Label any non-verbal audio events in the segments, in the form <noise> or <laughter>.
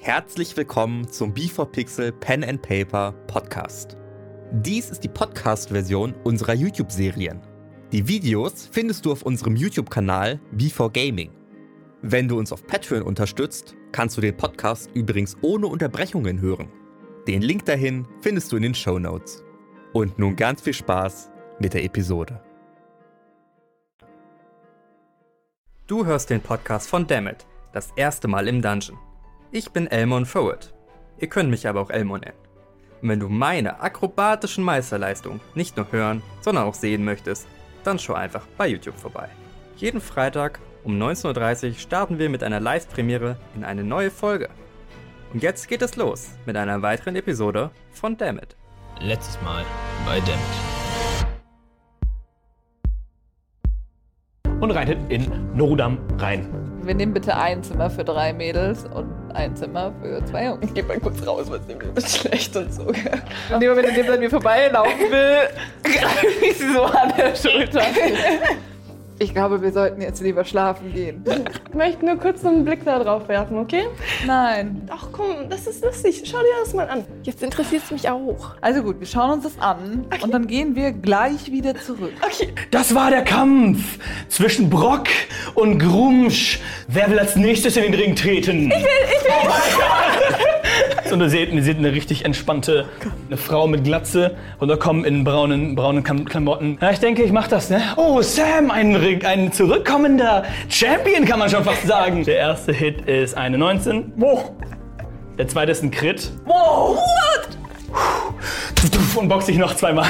Herzlich willkommen zum B4Pixel Pen and Paper Podcast. Dies ist die Podcast-Version unserer YouTube-Serien. Die Videos findest du auf unserem YouTube-Kanal B4Gaming. Wenn du uns auf Patreon unterstützt, kannst du den Podcast übrigens ohne Unterbrechungen hören. Den Link dahin findest du in den Show Notes. Und nun ganz viel Spaß mit der Episode. Du hörst den Podcast von Dammit, das erste Mal im Dungeon. Ich bin Elmon Forward. Ihr könnt mich aber auch Elmon nennen. Und wenn du meine akrobatischen Meisterleistungen nicht nur hören, sondern auch sehen möchtest, dann schau einfach bei YouTube vorbei. Jeden Freitag um 19.30 Uhr starten wir mit einer Live-Premiere in eine neue Folge. Und jetzt geht es los mit einer weiteren Episode von Dammit. Letztes Mal bei Damage. Und reitet in Nodam rein. Wir nehmen bitte ein Zimmer für drei Mädels und ein Zimmer für zwei Jungs. Ich geh mal kurz raus, weil es nämlich ein bisschen schlecht und so. Und jemand, mit dem an mir <laughs> vorbeilaufen will, greife ich sie so an der Schulter. Ich glaube, wir sollten jetzt lieber schlafen gehen. Ich möchte nur kurz einen Blick da drauf werfen, okay? Nein. Ach komm, das ist lustig. Schau dir das mal an. Jetzt interessiert es mich auch. Also gut, wir schauen uns das an und dann gehen wir gleich wieder zurück. Okay, Das war der Kampf zwischen Brock und Grumsch. Wer will als nächstes in den Ring treten? Ich will, ich will. Und ihr seht, ihr seht eine richtig entspannte eine Frau mit Glatze runterkommen in braunen, braunen Klam- Klamotten. Ja, ich denke, ich mach das, ne? Oh, Sam, ein, Ring- ein zurückkommender Champion, kann man schon fast sagen. Der erste Hit ist eine 19. Der zweite ist ein Crit. Wow! und boxt dich noch zweimal.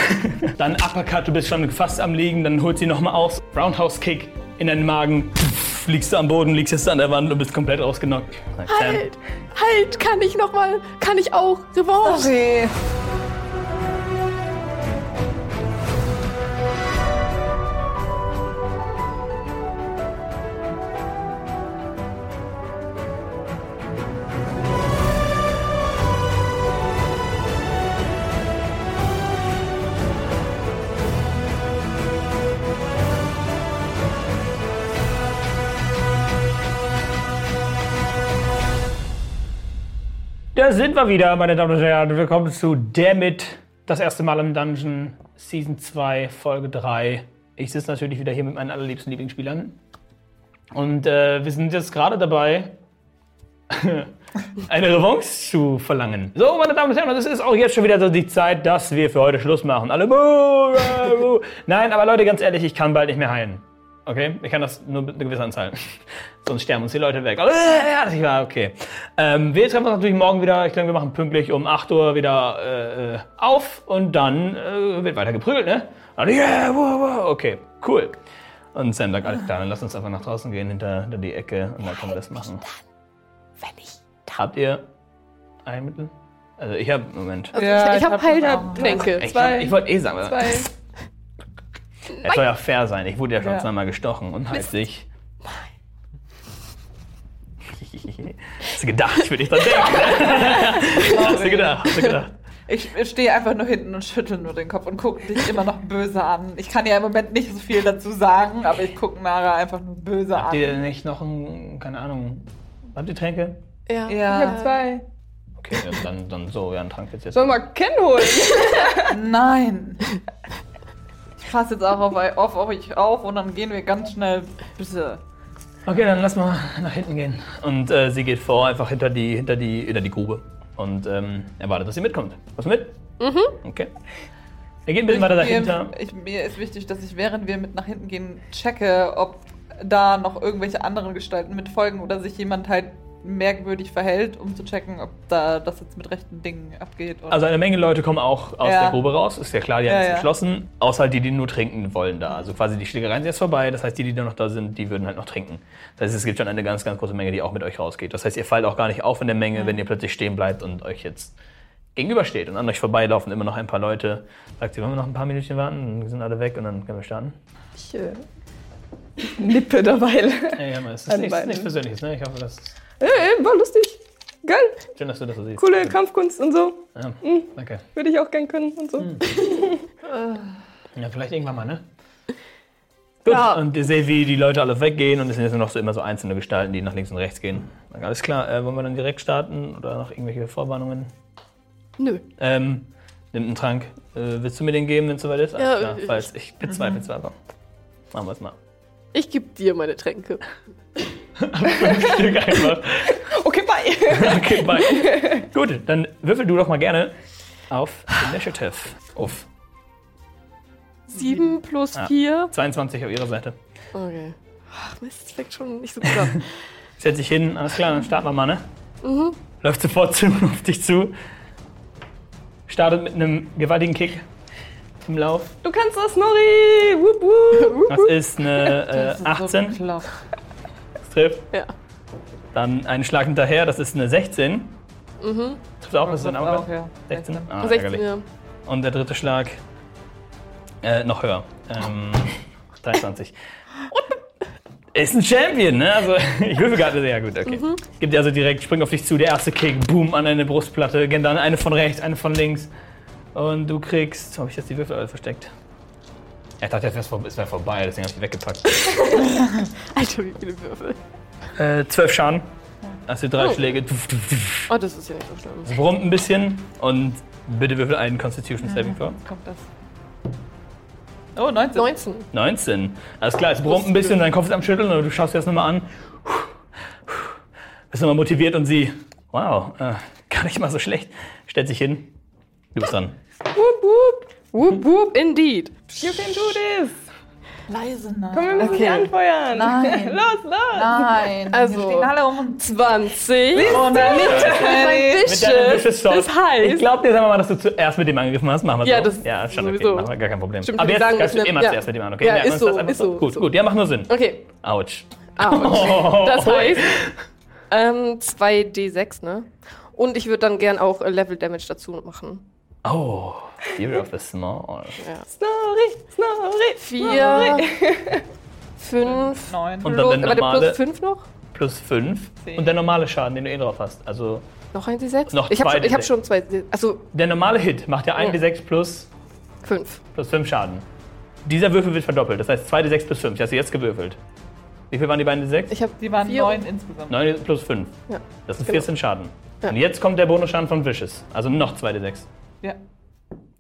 Dann Uppercut, du bist schon fast am Liegen, dann holt sie nochmal aus. Roundhouse Kick in deinen Magen. Liegst du am Boden, liegst jetzt an der Wand und bist komplett ausgenockt. halt, halt, kann ich nochmal, kann ich auch. Revanche. Okay. Da sind wir wieder, meine Damen und Herren. Willkommen zu Dammit. Das erste Mal im Dungeon, Season 2, Folge 3. Ich sitze natürlich wieder hier mit meinen allerliebsten Lieblingsspielern. Und äh, wir sind jetzt gerade dabei, <laughs> eine Revanche zu verlangen. So, meine Damen und Herren, und es ist auch jetzt schon wieder so die Zeit, dass wir für heute Schluss machen. Alle buh, äh, buh. Nein, aber Leute, ganz ehrlich, ich kann bald nicht mehr heilen. Okay? Ich kann das nur mit einer gewissen Anzahl. Sonst sterben uns die Leute weg. Äh, ja, das war okay. Ähm, wir treffen uns natürlich morgen wieder. Ich denke, wir machen pünktlich um 8 Uhr wieder äh, äh, auf und dann äh, wird weiter geprügelt, ne? Und yeah, wow, wow. Okay, cool. Und Sam sagt, alles klar, dann lass uns einfach nach draußen gehen, hinter, hinter die Ecke und dann können wir das machen. Wenn ich. Habt ihr Heilmittel? Also ich habe Moment. Also Ja, ich ich ich habe hab das auch. Heiltränke. Ich, Zwei. ich wollte eh sagen, aber <laughs> zwei. es soll ja fair sein. Ich wurde ja schon Ja. zweimal gestochen und halt sich. <laughs> Hast du gedacht, ich würde dich dran denken? <laughs> ne? Hast du gedacht? Hast du gedacht? Ich stehe einfach nur hinten und schüttel nur den Kopf und gucke dich immer noch böse an. Ich kann ja im Moment nicht so viel dazu sagen, aber ich gucke Nara einfach nur böse Habt ihr an. nicht noch ein, keine Ahnung, habt ihr Tränke? Ja. Ja. Ich hab zwei. Okay, dann- dann, dann so, ja, ein Trank wird's jetzt. Sollen wir Ken holen? <laughs> Nein! Ich passe jetzt auch auf, eu- auf, auf euch auf und dann gehen wir ganz schnell. Bitte. Okay, dann lass mal nach hinten gehen. Und äh, sie geht vor, einfach hinter die, hinter die, hinter die Grube. Und ähm, erwartet, dass sie mitkommt. Kommst du mit? Mhm. Okay. Er geht ein bisschen weiter dahinter. Mir, ich, mir ist wichtig, dass ich während wir mit nach hinten gehen checke, ob da noch irgendwelche anderen Gestalten mitfolgen oder sich jemand halt merkwürdig verhält, um zu checken, ob da das jetzt mit rechten Dingen abgeht. oder- Also eine Menge Leute kommen auch aus Ja. der Grube raus. Ist ja klar, die haben Ja, es ja. geschlossen. Außer halt die, die nur trinken wollen da. Also quasi die Schlägereien sind jetzt vorbei. Das heißt, die, die da noch da sind, die würden halt noch trinken. Das heißt, es gibt schon eine ganz, ganz große Menge, die auch mit euch rausgeht. Das heißt, ihr fallt auch gar nicht auf in der Menge, wenn ihr plötzlich stehen bleibt und euch jetzt gegenübersteht. Und an euch vorbeilaufen immer noch ein paar Leute. Sagt sie, wollen wir noch ein paar Minütchen warten? Dann sind alle weg und dann können wir starten. Ich äh, nippe dabei. <laughs> Ja, ja, aber es ist An nichts, beiden. nichts Persönliches, ne? Ich hoffe, das ist Äh, war lustig. Geil. schön, dass du das so siehst. Coole Kampfkunst und so. Ja, Hm. danke. Würde Hm. ich auch gern können und so. Ja, vielleicht irgendwann mal, ne? <laughs> Gut. Ja. Und ihr seht, wie die Leute alle weggehen und es sind jetzt nur noch so immer so einzelne Gestalten, die nach links und rechts gehen. Alles klar, äh, wollen wir dann direkt starten oder noch irgendwelche Vorwarnungen? Nö. Ähm, nimmt einen Trank. Äh, willst du mir den geben, wenn es soweit ist? Ja, klar, ich- Mhm. falls ich bezweifle es aber. Machen wir es mal. <laughs> Ich gebe dir meine Tränke. Stück einfach. <laughs> Okay, bye. Okay, bye. Gut, dann würfel du doch mal gerne auf Initiative. Auf Sieben plus Mhm. Ja. vier. 22 auf ihrer Seite. Okay. Ach Mist, das fängt schon nicht so <laughs> gut an. Setz dich hin, alles klar, dann starten wir mal, ne? Läuft sofort zu, <laughs> auf dich zu. Startet mit einem gewaltigen Kick im Lauf. Du kannst das, Nori. Wup, wup. Mhm. <laughs> Das ist eine äh, 18, bekloppt. das trifft. ja. Dann einen Schlag hinterher, das ist eine 16. Trifft auch, das ist dann auch. Auch, ja. 16? Ah, 16, ärgerlich. ja. Und der dritte Schlag äh, noch höher. Ähm, 23. Ist ein Champion, ne? Also, <laughs> ich würfel gerade sehr gut, okay. Gibt dir also direkt, springt auf dich zu, der erste Kick, boom, an deine Brustplatte, gehen dann eine von rechts, eine von links. Und du kriegst. Habe ich jetzt die Würfel alle versteckt? Ja, Ich dachte, das wäre vorbei, deswegen habe ich die weggepackt. Alter, wie viele Würfel. äh, 12 Schaden. Also drei Oh. Schläge. Tuff, tuff, tuff. Oh, das ist ja nicht so schlimm. Es brummt ein bisschen und bitte würfel einen Constitution Saving Throw. Kommt das. Oh, 19. 19. 19. Alles klar, es brummt ein bisschen, dein Kopf ist am Schütteln und du schaust dir das nochmal an. Bist nochmal motiviert und sie, wow, äh, gar nicht mal so schlecht. Stellt sich hin. Du bist dran. Wup, wup. Wup, wup, indeed. You can do this. Leise, ne? nein. Wir müssen sie anfeuern. Nein. Los, los. <laughs> Nein. Also- Wir stehen alle um uns. 20. Oh, nein. Hey. Mit deiner Vicious Sword. Das heißt- Ich glaube dir jetzt mal, dass du zuerst mit dem angegriffen hast. Machen wir Ja, so. das ja, ist schon okay. sowieso. Machen wir gar kein Problem. Stimmt, Aber wir jetzt sagen, greifst du ist ne- immer ja. zuerst mit dem an, okay? Ja, Merken wir ist uns so, das einfach ist so, Gut, ist so. gut, ja, macht nur Sinn. Okay. Autsch. Autsch. Oh, Das heißt, ähm, 2d6, ne? Und ich würde dann gern auch äh, Level Damage dazu machen. Oh, Theory of the Small. Snorri, Snorri. 4, 5, Nein. Und dann der normale plus 5 noch? plus 5 Zehn. und der normale Schaden, den du eh drauf hast. Also Noch ein D6? Noch ich habe zwei schon, ich hab D6. schon zwei D6. Also Der normale Hit macht ja Ja. 1d6 plus, 5. plus 5 Schaden. Dieser Würfel wird verdoppelt, das heißt 2d6 plus 5. Ich hast du jetzt gewürfelt. Wie viel waren die beiden d6? Ich habe Die waren vier. neun insgesamt. 9 plus 5. Ja. Das sind Genau. 14 Schaden. Ja. Und jetzt kommt der Bonusschaden von Vicious. Also noch 2d6. Ja.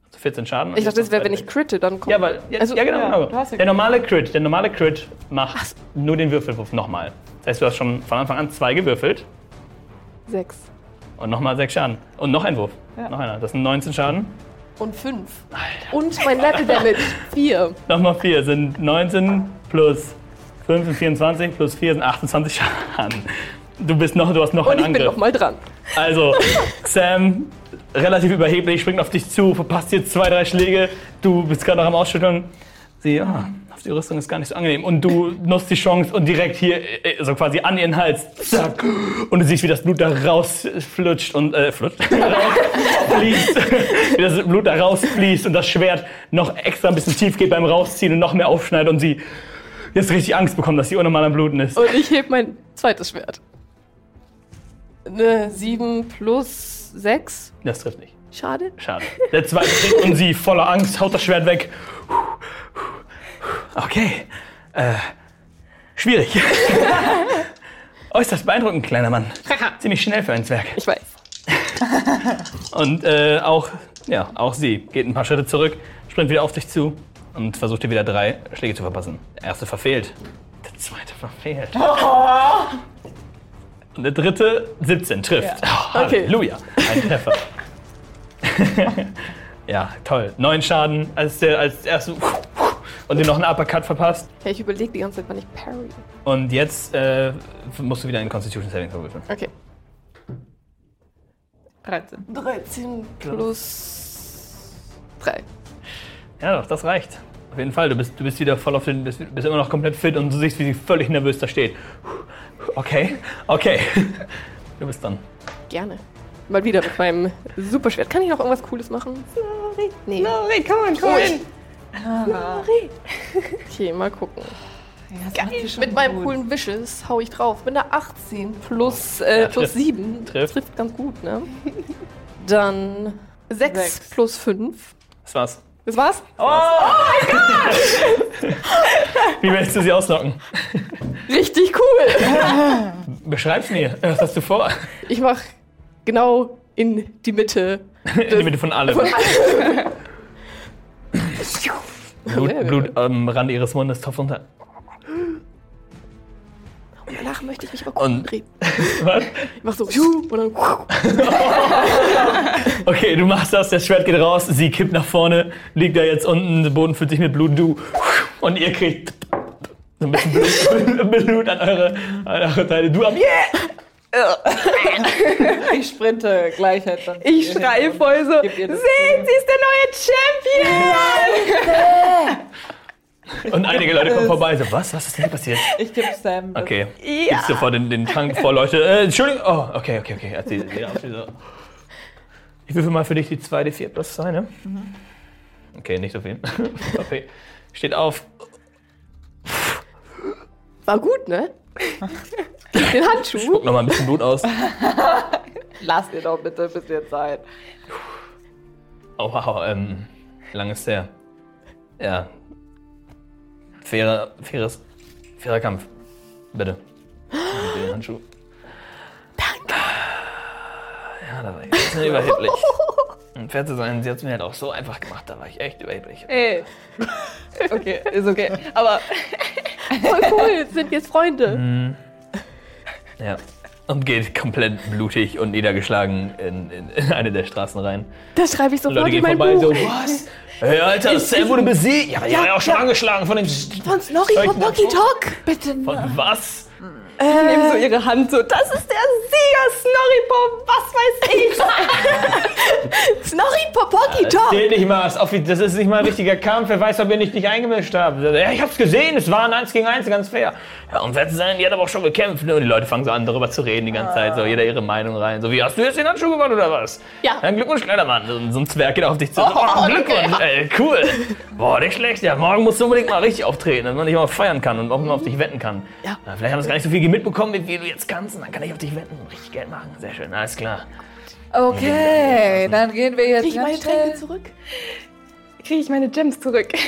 Also 14 Schaden. und Ich dachte, jetzt das wäre, noch wenn ich 2d6. critte, dann kommt. Ja, aber, ja, Also- ja genau. Ja, genau. du hast ja der normale Crit, der normale Crit macht nur den Würfelwurf nochmal. Das heißt, du hast schon von Anfang an zwei gewürfelt 6. und nochmal sechs Schaden. Und noch ein Wurf. Ja. Noch einer. Das sind 19 Schaden. Und 5. Und mein Level Damage 4. Nochmal 4 sind 19 plus 5 sind 24 plus 4 sind 28 <laughs> Schaden. Du bist noch, du hast noch Und einen ich bin Angriff. nochmal dran. Also, Sam, relativ überheblich, springt auf dich zu, verpasst dir zwei, drei Schläge. Du bist gerade noch am Ausschütteln. Sie, ah, auf die Rüstung ist gar nicht so angenehm. Und du nutzt die Chance und direkt hier, äh, so quasi an ihren Hals, zack. Und du siehst, wie das Blut da rausflutscht und, äh, flutscht? <laughs> fließt. wie das Blut da rausfließt und das Schwert noch extra ein bisschen tief geht beim Rausziehen und noch mehr aufschneidet und sie jetzt richtig Angst bekommt, dass sie unnormal am Bluten ist. Und ich heb mein zweites Schwert. Ne, 7 plus 6. Das trifft nicht. Schade. Schade. Der zweite tritt und sie voller Angst haut das Schwert weg. Okay. Äh, schwierig. <laughs> Äußerst beeindruckend, kleiner Mann. Ziemlich schnell für ein Zwerg. Ich weiß. Und äh, auch, ja, auch sie geht ein paar Schritte zurück, springt wieder auf dich zu und versucht dir wieder drei Schläge zu verpassen. Der erste verfehlt. Der zweite verfehlt. Und der dritte 17 trifft. Oh, Okay. Halleluja. Ein Treffer. ja, toll. Neun Schaden als der als erste und dir noch einen Uppercut verpasst. Ja, ich überlege die ganze Zeit, wann ich parry. Und jetzt äh, musst du wieder einen Constitution Saving Throw würfeln. Okay. 13. 13 plus 3. Ja, doch, das reicht. Auf jeden Fall, du bist, du bist wieder voll auf den, bist, bist immer noch komplett fit und du siehst, wie sie völlig nervös da steht. Okay, okay. Du bist dann. Gerne. Mal wieder mit meinem Superschwert. Kann ich noch irgendwas Cooles machen? Nee. Nori, komm on, komm on. Okay, mal gucken. Ja, Ah, das Mit meinem coolen Wishes hau ich drauf. Mit einer 18 plus, äh, Ja, plus trifft. 7. Trifft. Trifft ganz gut, ne? Dann 6 Sechs. plus 5. Das war's. Das war's? Oh, mein Gott! Wie willst du sie auslocken? Richtig cool! <laughs> Beschreib's mir. Was hast du vor? Ich mach genau in die Mitte. In die Mitte von allem. <laughs> Blut, Blut am Rand ihres Mundes, Topf runter. Und danach möchte ich mich aber Und- gut drehen. Was? Ich mach so, pfiuh, und dann. Okay, du machst das, das Schwert geht raus, sie kippt nach vorne, liegt da jetzt unten, der Boden füllt sich mit Blut, du. Und ihr kriegt so ein bisschen Blut, <laughs> Blut an, eure, an eure Teile. Du am Yeah! Ich sprinte Gleichheit <laughs> dann. Ich schreie voll so, seht, Gib sie ihr ist der das neue Champion! Und einige Leute kommen vorbei, so, was? Was ist denn hier passiert? Ich gebe Sam. das. Okay. Ja. Gibst sofort den, den Trank vor Leute. Äh, Entschuldigung. Oh, okay, okay, okay. Als sie- sie aufsteht, so. Ich würfel mal für dich die 2D4 plus 2, ne? Okay, nicht so viel. <laughs> okay. Steht auf. War gut, ne? Den Handschuh. Guck nochmal ein bisschen Blut aus. Lass dir doch bitte ein bisschen Zeit. Oh, wow, ähm, lang ist der. Ja. Fairer, faires, fairer Kampf. Bitte. Mit dem Handschuh. Danke. Ja, da war ich ein bisschen überheblich. Um fair zu sein, sie hat es mir halt auch so einfach gemacht, da war ich echt überheblich. Ey. <laughs> Okay, ist okay. Aber Äh. Voll cool, sind jetzt Freunde. Mhm. Ja. Und geht komplett blutig und niedergeschlagen in, in, in eine der Straßen rein. Das schreibe ich sofort Leute in gehen mein vorbei, Buch. so, was? Hey, Alter, Sam wurde besiegt. Ja, ja, ja, auch schon angeschlagen von dem. Von Snorri von Noki Talk. Bitte. Von was? nehmen so ihre Hand so, das ist der Sieger, Snorripom, was weiß ich. Snorri Popoki Talk. Zählt nicht mal, ist offi- das ist nicht mal ein richtiger Kampf. Wer weiß, ob ihr nicht, nicht eingemischt habt. Ja, ich hab's gesehen, es war ein 1 gegen 1, ganz fair. Ja, und wer zu sein, die hat aber auch schon gekämpft. Ne? Und die Leute fangen so an, darüber zu reden die ganze Zeit. So, jeder ihre Meinung rein. So, wie hast du jetzt den Handschuh gewonnen oder was? Ja. Dann Glückwunsch, kleiner Mann. So, so ein Zwerg geht auf dich zu. Oh, Glückwunsch, ey, cool. Boah, nicht schlecht. Ja, morgen musst du unbedingt mal richtig auftreten, damit man dich mal feiern kann und auch mal auf dich wetten kann. Ja. Na, vielleicht haben es gar nicht so viel mitbekommen, wie viel du jetzt kannst. Und dann kann ich auf dich wetten und richtig Geld machen. Sehr schön, alles klar. <laughs> ne? Okay, dann gehen wir jetzt Krieg ich meine ganz Tränke schnell. zurück? Kriege ich meine Gems zurück. <laughs>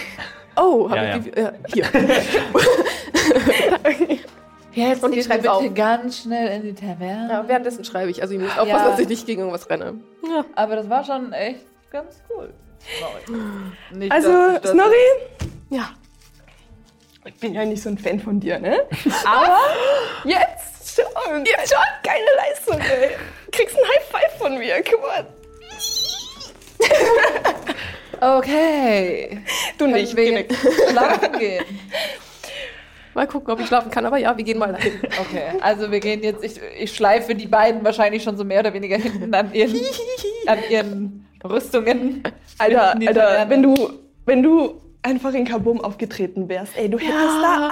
Oh, hab Ja, ich die, äh, <laughs> hier. Jetzt Und die gehen wir schreiben's bitte auf. ganz schnell in die Taverne. Ja, währenddessen schreibe ich. Also ich muss aufpassen, Ja. dass ich nicht gegen irgendwas renne. Ja. Aber das war schon echt ganz cool. Nicht, dass Also, ich das- Snorri, ja. ich bin ja nicht so ein Fan von dir, ne? Aber jetzt schon. Jetzt schon, geile Leistung, ey. Kriegst ein High Five von mir, come on. Okay. Du Können nicht, wir geh weg. jetzt schlafen gehen? <laughs> Mal gucken, ob ich schlafen kann. Aber ja, wir gehen mal dahin. Okay, also wir gehen jetzt, ich, ich schleife die beiden wahrscheinlich schon so mehr oder weniger hinten an ihren, an ihren Rüstungen. Alter, Mitten in die Alter, Taverne. wenn du, wenn du einfach in Kabum aufgetreten wärst, ey, du hättest da Oh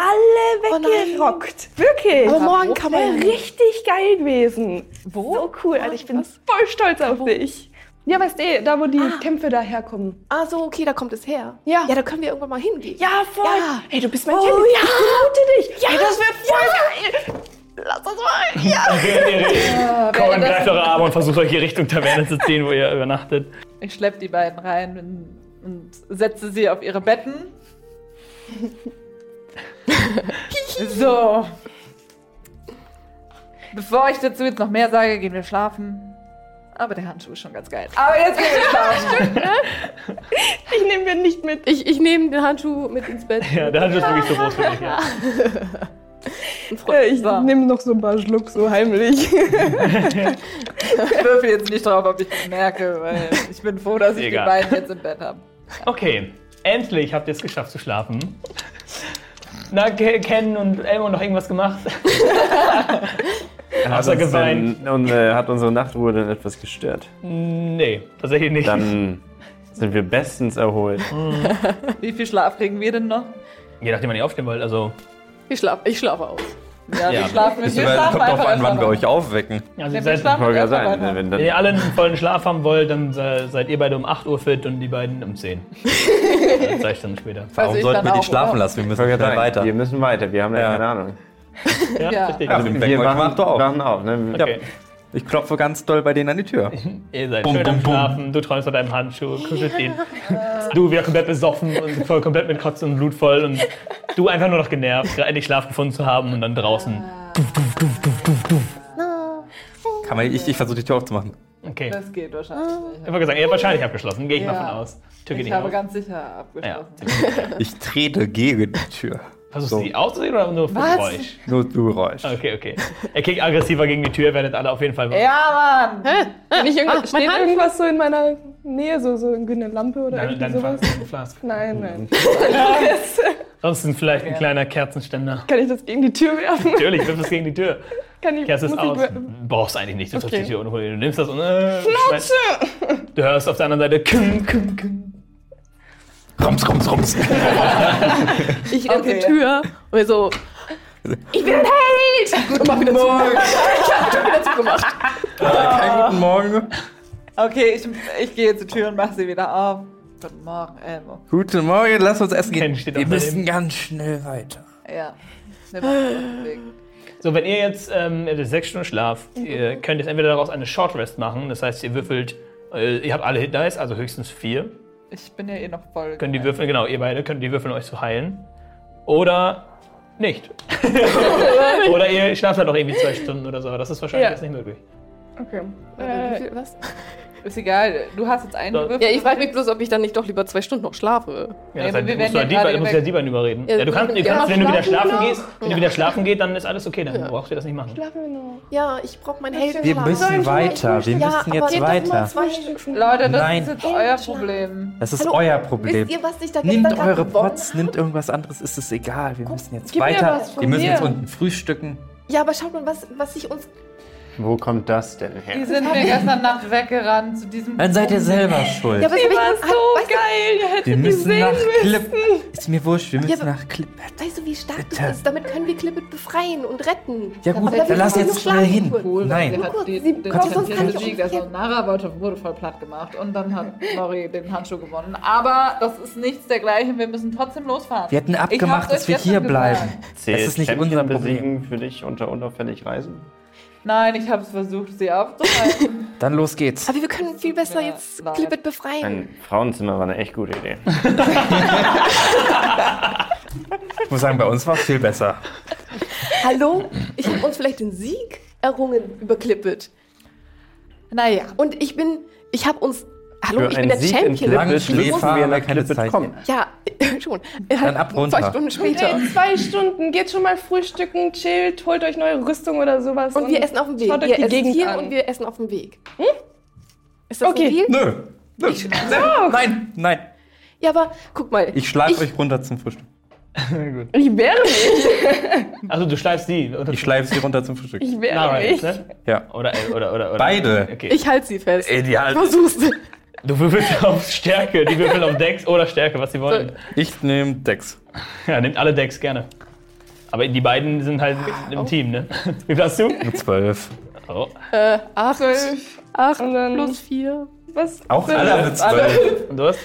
alle nein. weggerockt. Wirklich. Aber morgen kann Wär man ja nicht. Ah, richtig geil gewesen. Wo? So cool, Alter, ich bin voll stolz auf dich. Ja, weißt du, eh, da wo die Kämpfe da herkommen. Ah, so, okay, da kommt es her. Ja. Ja, da können wir irgendwann mal hingehen. Ja, voll. Ja. Hey, du bist mein Oh, Champion. ja. Ich promote dich. Ja, ey, das wird voll lass uns mal. Komm, greift eure Arme und versucht euch die Richtung Taverne zu ziehen, wo ihr übernachtet. Ich schleppe die beiden rein und, und setze sie auf ihre <laughs> Betten. so. Bevor ich dazu jetzt noch mehr sage, gehen wir schlafen. Aber der Handschuh ist schon ganz geil. Aber jetzt gehen wir schlafen. Ich nehme mir nicht mit. Ich, ich nehme den Handschuh mit ins Bett. Ja, der Handschuh ist wirklich so groß für mich. Ja. Und freu- Äh, ich So. nehme noch so ein paar Schluck so <laughs> heimlich. Ich würfel jetzt nicht drauf, ob ich das merke, weil ich bin froh, dass ich Egal. die beiden jetzt im Bett habe. Okay, endlich habt ihr es geschafft zu schlafen. Na, Ke- Ken und Elmo noch irgendwas gemacht? Hat Außer uns geweint. denn- Und äh, hat unsere Nachtruhe denn etwas gestört? Nee, tatsächlich nicht. Dann sind wir bestens erholt. Wie viel Schlaf kriegen wir denn noch? Je nachdem, wann ihr aufstehen wollt. Also, Ich schlafe ich schlafe aus. Ja, Ja. wir schlafen wir Es kommt drauf an, wann wir noch. euch aufwecken. also Ja, ihr wir seid, schlafen Soll ja erst mal sein. weiter. ne, Wenn wenn ihr dann, alle einen vollen Schlaf haben wollt, dann se- seid ihr beide um 8 Uhr fit und die beiden um <laughs> 10. Das zeige ich dann später. Warum Also ich sollten dann wir die auch, schlafen oder? lassen? Wir müssen soll ja schnell sein. weiter. Wir müssen weiter. Wir haben ja, Ja. keine Ahnung. Ja, Ja. richtig. Also, den wir Wecker macht machen, doch auf. machen auf. Ne? Okay. Ich klopfe ganz doll bei denen an die Tür. Ihr seid Bum, schön am bum, bum. Schlafen, du träumst von deinem Handschuh, kuschelt ihn. Du, wir komplett besoffen und voll komplett mit Kotz und Blut voll und du einfach nur noch genervt, gerade endlich Schlaf gefunden zu haben und dann draußen. Kann man, ich ich versuche die Tür aufzumachen. Okay. Das geht wahrscheinlich. Ah. Ich wollte gesagt, ihr habt wahrscheinlich abgeschlossen, gehe ich mal Ja. von aus. Tür geht Ich nicht Genau. habe auf. ganz sicher Ja. abgeschlossen. Ich trete gegen die Tür. Versuchst So. du die aufzusehen oder nur vom Was? Geräusch? Nur du, Räusch. Okay, okay. Er kickt aggressiver gegen die Tür, werdet alle auf jeden Fall wach. Ja, Mann! Bin ich irgend mein steht Hand- irgendwas so in meiner Nähe, so, so irgendwie eine Lampe oder Dann, irgendwie dann sowas? fangst du eine Flasche. Nein, nein. Ansonsten vielleicht ein kleiner Kerzenständer. Kann ich das gegen die Tür werfen? Natürlich, wirf es gegen die Tür. Kann ich, Kerze ist muss aus. ich werfen? Brauchst eigentlich nicht, du triffst Okay. die Tür und du nimmst das und. Äh, Schnauze! Du hörst auf der anderen Seite. Küm, küm, küm. Rums, rums, <laughs> rums. Ich renn Okay. zur Tür und wir so, Ich bin <laughs> ein Held! Und mach wieder zu. Keinen guten Morgen. Okay, ich, ich gehe zur Tür und mache sie wieder auf. Guten Morgen, Elmo. Guten Morgen, lass uns essen Ken gehen. steht Wir auch daneben. müssen ganz schnell weiter. Ja. Wir machen uns auf den Weg. So, wenn ihr jetzt ähm, ihr habt jetzt sechs Stunden Schlaf, ihr könnt jetzt entweder daraus eine Short Rest machen, das heißt, ihr würfelt, äh, ihr habt alle Hit Dice, also höchstens vier. Ich bin ja eh noch voll. Können die würfeln, genau, ihr beide könnt die würfeln, euch zu heilen. Oder nicht. oder ihr schlaft halt noch irgendwie zwei Stunden oder so, aber das ist wahrscheinlich Ja. jetzt nicht möglich. Okay. äh, wie Äh, viel, was? Ist egal, du hast jetzt einen Ja, gewürfelt. Ja, ich frage mich bloß, ob ich dann nicht doch lieber zwei Stunden noch schlafe. Ja, Ja, das aber heißt, wir du werden musst ja ja die beiden- gerade du musst ja die beiden überreden. Ja, Ja, du kannst, ihr ja, kannst wenn du wieder schlafen schlafen wir gehst, wenn du wieder schlafen geht, dann ist alles okay, dann brauchst du das nicht machen. schlafen wir noch. Ja, ich brauche meinen Helden. Wir müssen weiter. Wir Ja, müssen aber jetzt geht doch mal weiter. zwei Stunden. Leute, das Nein. ist jetzt euer Schlaf. Problem. Das ist Hallo, euer Wisst Problem. ihr, was ich da gestern Nehmt Abend eure gewonnen Pots, habe? nehmt irgendwas anderes, ist es egal. Wir müssen jetzt gib mir weiter. was von Wir müssen mir. jetzt unten frühstücken. Ja, aber schaut mal, was, was ich uns. Wo kommt das denn Die her? sind mir gestern Nacht weggerannt zu diesem. Dann seid ihr selber schuld. Ja, was Die hab war ich uns. Ah, so geil! Ihr wir hättet die müssen sehen nach müssen. Clip. Ist mir wurscht, wir müssen aber- nach Clip. Weißt du, wie stark Bitte. das ist? Damit können wir Clippet befreien und retten. Ja gut, aber wir dann lass müssen jetzt noch schnell schlafen hin. kurz. Nein. Nur kurz, die, sie- den komm, sonst Champion kann ich auch besiegt, nicht also Nara wollte, wurde voll platt gemacht und dann hat Nori den Handschuh gewonnen. Aber das ist nichts dergleichen, wir müssen trotzdem losfahren. Wir hatten Ich hab's abgemacht, dass euch wir gestern hier gesagt. bleiben. Zählt Das ist nicht Champion unser Problem. besiegen für dich unter unauffällig reisen? Nein, ich habe es versucht, sie aufzuhalten. Dann los geht's. Aber wir können viel besser jetzt leid. Clippet befreien. Ein Frauenzimmer war eine echt gute Idee. Ich muss sagen, bei uns war es viel besser. Hallo? Ich habe uns vielleicht den Sieg errungen über Clippet. <laughs> naja, Und ich bin. Ich habe uns. Hallo, Für ich bin einen der Sieg in Champion. Lang Clippet leben müssen wir haben wir nach keine Clippet Zeit. kommen. Ja, <laughs> schon. Dann ab runter. Zwei Stunden später. In zwei Stunden geht schon mal frühstücken, chillt, holt euch neue Rüstung oder sowas. Und wir essen auf dem Weg. Schaut euch Wir die essen Gegend hier an. und wir essen auf dem Weg. Hm? Ist das Okay. okay? Deal? Nö. Nö. Nein, nein. Ja, aber guck mal. Ich schlage Ich- euch runter zum Frühstück. ich wäre nicht. Also du schleifst die. Oder Ich schleife sie runter zum Frühstück. Ich wäre Nara jetzt, nicht. ne? Ja. Oder, oder, oder, oder. Beide. Okay. Ich halte sie fest. Ideal. Versuch's. Du würfelst auf Stärke, die würfeln auf Dex oder Stärke, was sie wollen. Ich nehme Dex. Ja, nimmt alle Decks gerne. Aber die beiden sind halt im Team, ne? Wie viel hast du? Zwölf. Oh. Äh, acht. Acht Und dann- plus vier. Was? Auch alle eine zwölf. Und du hast?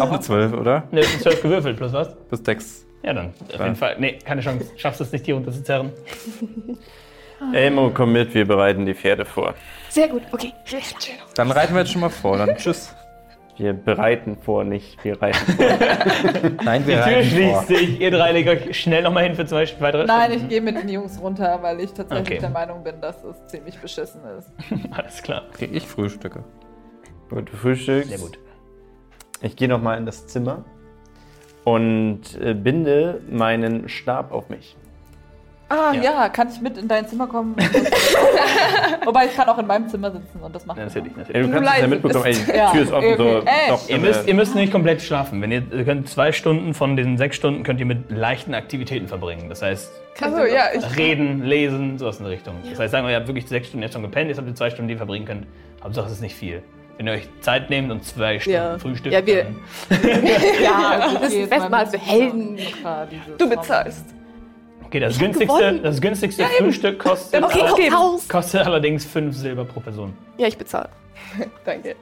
Auch eine zwölf, oder? Ne, 12 gewürfelt, plus was? Plus Dex. Ja, dann. Auf jeden Fall. Nee, keine Chance. Schaffst es nicht, die runter zu zerren. Elmo, komm mit, wir bereiten die Pferde vor. Sehr gut, okay. Dann reiten wir jetzt schon mal vor. Dann tschüss. Wir bereiten vor, nicht wir reiten. Nein, wir Die Tür reiten schließt vor. sich. Ihr drei legt euch schnell nochmal hin für zwei weitere nein, ich gehe mit den Jungs runter, weil ich tatsächlich Okay. der Meinung bin, dass es ziemlich beschissen ist. Stunden. <laughs> Alles klar. Okay, ich frühstücke. Gut, du frühstückst. Sehr gut. Ich gehe nochmal in das Zimmer und äh, binde meinen Stab auf mich. Ah Ja. ja, kann ich mit in dein Zimmer kommen? <laughs> Wobei ich kann auch in meinem Zimmer sitzen und das machen. Natürlich, natürlich. Ey, Du kannst es ja leise mitbekommen, ey, die Ja, Tür ist offen, so irgendwie. Ey. doch, äh, Ihr müsst, ihr müsst nicht komplett schlafen. Wenn ihr, ihr könnt zwei Stunden von diesen sechs Stunden könnt ihr mit leichten Aktivitäten verbringen. Das heißt, Also ja, ich reden, lesen, sowas in die Richtung. Das heißt, sagen wir, ihr habt wirklich sechs Stunden jetzt schon gepennt, jetzt habt ihr zwei Stunden, die ihr verbringen könnt. Hauptsache, es ist nicht viel. Wenn ihr euch Zeit nehmt und zwei Stunden Ja. Frühstück, Ja, wir- dann Ja, Also das ich ist geh jetzt erstmal mal für mit. Helden. Ja, dieses du bezahlst. okay, das hab günstigste, gewonnen. das günstigste Frühstück kostet, Dann- Okay, Auch komm geben. raus. kostet allerdings fünf Silber pro Person. Ja, ich bezahle. Danke.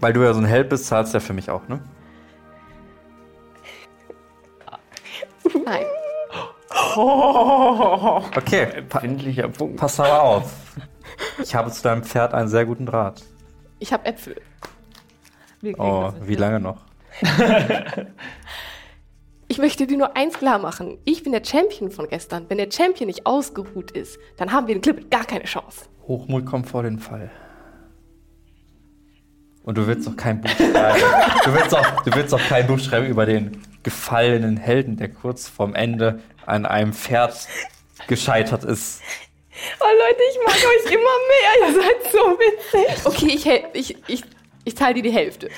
Weil du ja so ein Held bist, zahlst du ja für mich auch, ne? Nein. Okay, pa Endlicher Punkt. pass aber auf. Ich habe zu deinem Pferd einen sehr guten Draht. Ich habe Äpfel. Wir kriegen Oh, das nicht wie hin. lange noch? Ich möchte dir nur eins klar machen. Ich bin der Champion von gestern. Wenn der Champion nicht ausgeruht ist, dann haben wir den Clip gar keine Chance. Hochmut kommt vor den Fall. Und du willst doch kein Buch schreiben. Du willst doch, du willst doch kein Buch schreiben über den gefallenen Helden, der kurz vorm Ende an einem Pferd gescheitert ist. Oh Leute, ich mag euch immer mehr. Ihr seid so witzig. Okay, ich, hel- ich, ich, ich zahle dir die Hälfte.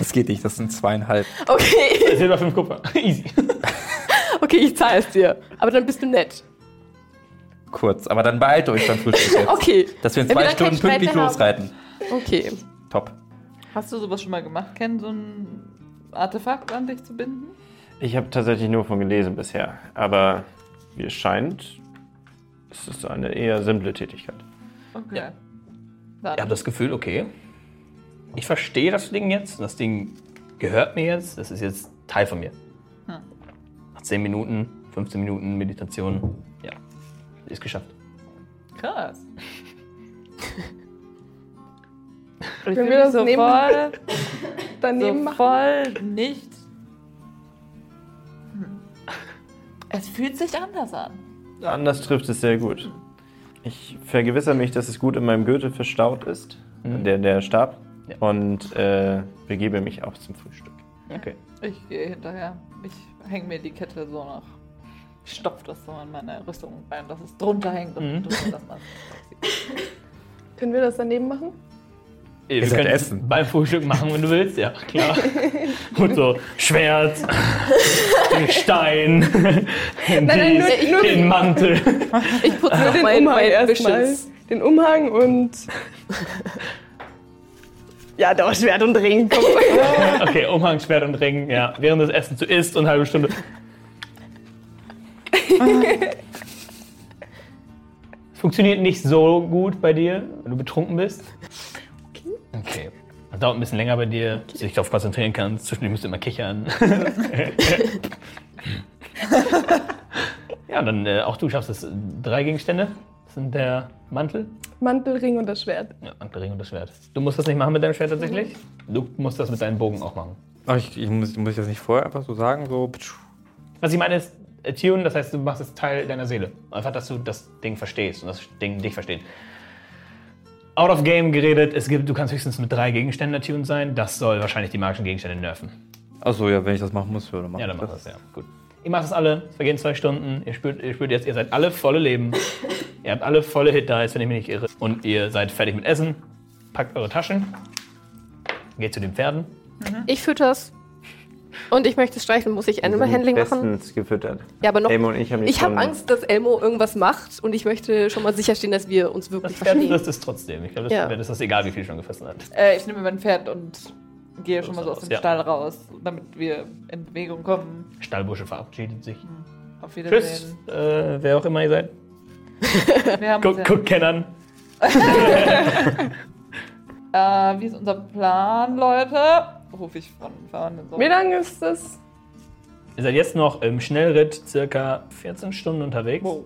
Das geht nicht, das sind zweieinhalb. Okay, <laughs> Silber 5 Kupfer. <laughs> Easy. okay, ich zahle es dir. Aber dann bist du nett. Kurz. Aber dann beeilt euch beim Frühstück jetzt. Okay. Dass wir in Wenn zwei dann keinen Stunden pünktlich Streit mehr haben. losreiten. Okay. Top. Hast du sowas schon mal gemacht, Ken, so ein Artefakt an dich zu binden? Ich habe tatsächlich nur von gelesen bisher, aber wie es scheint, ist es eine eher simple Tätigkeit. Okay. Ja. Dann. Ich habe das Gefühl, okay, ich verstehe das Ding jetzt, das Ding gehört mir jetzt, das ist jetzt Teil von mir. Hm. Nach 10 Minuten, 15 Minuten Meditation, ja, ist geschafft. Krass. Und ich Wenn bin wir das so nehmen- voll- <laughs> Daneben So machen. voll nicht. Hm. Es fühlt sich anders an. Anders trifft es sehr gut. Ich vergewissere mich, dass es gut in meinem Gürtel verstaut ist, Mhm. der, der Stab, Ja. und äh, begebe mich auch zum Frühstück. Okay. Ich gehe hinterher. Ich hänge mir die Kette so nach. Ich stopf das so in meine Rüstung rein, dass es drunter hängt und Mhm. drunter das man- Können wir das daneben machen? Wir seid können essen. Beim Frühstück machen, wenn du willst, ja, klar. <laughs> Und so Schwert, den Stein, den, nein, nur- Dies, nur- den Mantel. Ich <laughs> putze noch Den mein, Umhang mein erstmal. Wishes. Den Umhang und. <laughs> ja, doch, Schwert und Ring. Komm. Okay, Umhang, Schwert und Ring, ja. Während das Essen zu isst und eine halbe Stunde. Es Funktioniert nicht so gut bei dir, wenn du betrunken bist. Okay. Das dauert ein bisschen länger bei dir, dass du dich darauf konzentrieren kannst. Zwischendurch musst du immer kichern. <laughs> ja, und dann äh, auch du schaffst es. Drei Gegenstände Das sind der Mantel, Mantel, Ring und das Schwert. ja, Mantel, Ring und das Schwert. Du musst das nicht machen mit deinem Schwert tatsächlich. Du musst das mit deinem Bogen auch machen. Oh, ich, ich muss, muss ich das nicht vorher einfach so sagen? So. ptsch. Was ich meine ist, Attune, das heißt, du machst es Teil deiner Seele. Einfach, dass du das Ding verstehst und das Ding dich versteht. Out of game geredet, es gibt, du kannst höchstens mit drei Gegenständen attuned sein. Das soll wahrscheinlich die magischen Gegenstände nerven. Achso, ja, wenn ich das machen muss, würde machen. Ja, dann mach das, ja. Gut. Ihr macht es alle, es vergehen zwei Stunden, ihr spürt, ihr spürt jetzt, ihr seid alle volle Leben. ihr habt alle volle Hit da, wenn ich mich nicht irre. Und ihr seid fertig mit Essen, packt eure Taschen, geht zu den Pferden. Ich fütter's. Und ich möchte streicheln, muss ich Animal Handling machen. bestens gefüttert. Ja, aber noch. Elmo und ich haben die ich habe schon- Angst, dass Elmo irgendwas macht und ich möchte schon mal sicherstellen, dass wir uns Das wirklich Pferd verstehen. frisst es trotzdem. Ich glaube, das, Ja. das ist egal, wie viel schon gefressen hat. Äh, ich nehme mein Pferd und gehe schon mal so aus dem Ja. Stall raus, damit wir in Bewegung kommen. Stallbursche verabschiedet sich. Auf Tschüss, Wiedersehen. äh, wer auch immer ihr seid. Wir haben uns Guck, ja- guck Ken an. Äh, wie ist unser Plan, Leute? Rufe ich von Verwandten so. Wie lang ist das? Ihr seid jetzt noch im Schnellritt circa 14 Stunden unterwegs. Wow.